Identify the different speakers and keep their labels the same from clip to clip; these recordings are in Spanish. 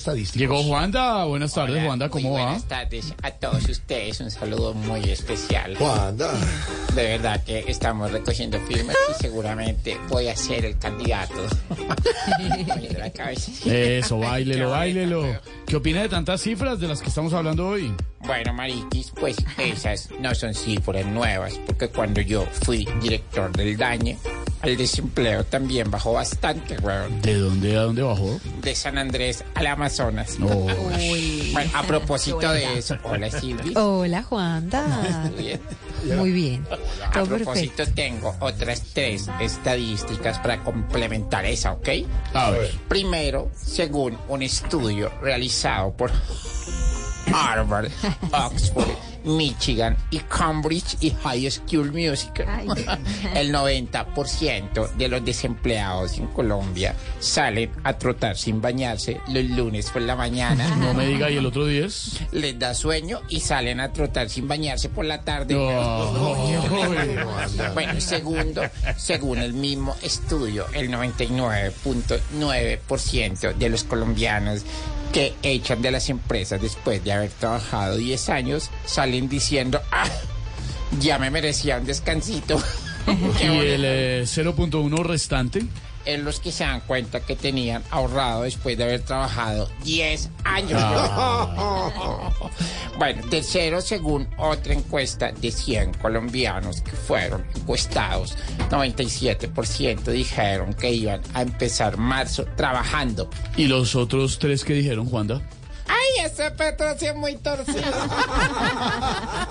Speaker 1: estadísticos.
Speaker 2: Llegó Juanda, buenas
Speaker 3: Hola,
Speaker 2: tardes Juanda, ¿cómo
Speaker 3: muy
Speaker 2: va?
Speaker 3: Buenas tardes a todos ustedes, un saludo muy especial.
Speaker 1: Juanda.
Speaker 3: De verdad que estamos recogiendo firmas y seguramente voy a ser el candidato. Moviendo la cabeza.
Speaker 2: Eso, bailelo,
Speaker 3: Qué bonito,
Speaker 2: bailelo.
Speaker 3: pero-
Speaker 2: ¿Qué opina de tantas cifras de las que estamos hablando hoy?
Speaker 3: Bueno, Mariquis, pues esas no son cifras nuevas, porque cuando yo fui director del DAñe, el desempleo también bajó bastante, weón.
Speaker 2: ¿De dónde a dónde bajó?
Speaker 3: De San Andrés al Amazonas.
Speaker 2: No.
Speaker 4: Uy.
Speaker 3: Bueno, a propósito
Speaker 4: Qué
Speaker 3: de
Speaker 4: buena.
Speaker 3: eso, hola Silvia.
Speaker 4: Hola, Juanda.
Speaker 3: Bien.
Speaker 4: Muy bien.
Speaker 3: A
Speaker 4: Todo
Speaker 3: propósito,
Speaker 4: perfecto.
Speaker 3: tengo otras tres estadísticas para complementar esa, ¿ok?
Speaker 2: A ver.
Speaker 3: Primero, según un estudio realizado por Harvard, Oxford, Michigan y Cambridge y High School Musical,
Speaker 4: Ay.
Speaker 3: el 90% de los desempleados en Colombia salen a trotar sin bañarse los lunes por la mañana.
Speaker 2: No me diga, ¿y el otro 10?
Speaker 3: Les da sueño y salen a trotar sin bañarse por la tarde. Bueno, segundo, según el mismo estudio, el 99.9% de los colombianos que echan de las empresas después de haber trabajado 10 años salen diciendo, ah, ya me merecía un descansito.
Speaker 2: ¿Y
Speaker 3: Qué
Speaker 2: el
Speaker 3: bonito.
Speaker 2: eh, 0.1 restante?
Speaker 3: En los que se dan cuenta que tenían ahorrado después de haber trabajado 10 años. Bueno, tercero, según otra encuesta de 100 colombianos que fueron encuestados, 97% dijeron que iban a empezar marzo trabajando.
Speaker 2: ¿Y los otros tres que dijeron, Juanda?
Speaker 3: ¡Ay, ese Petro sí es muy torcido!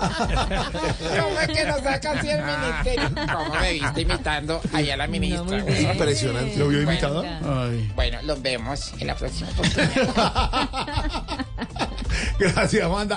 Speaker 3: ¿Cómo es que nos saca así el ministerio? ¿Cómo me viste imitando allá a la ministra?
Speaker 4: muy bien.
Speaker 1: Impresionante. ¿Lo vio imitada?
Speaker 2: Ay.
Speaker 3: Bueno, los vemos en la próxima oportunidad.
Speaker 1: Gracias, Juanda.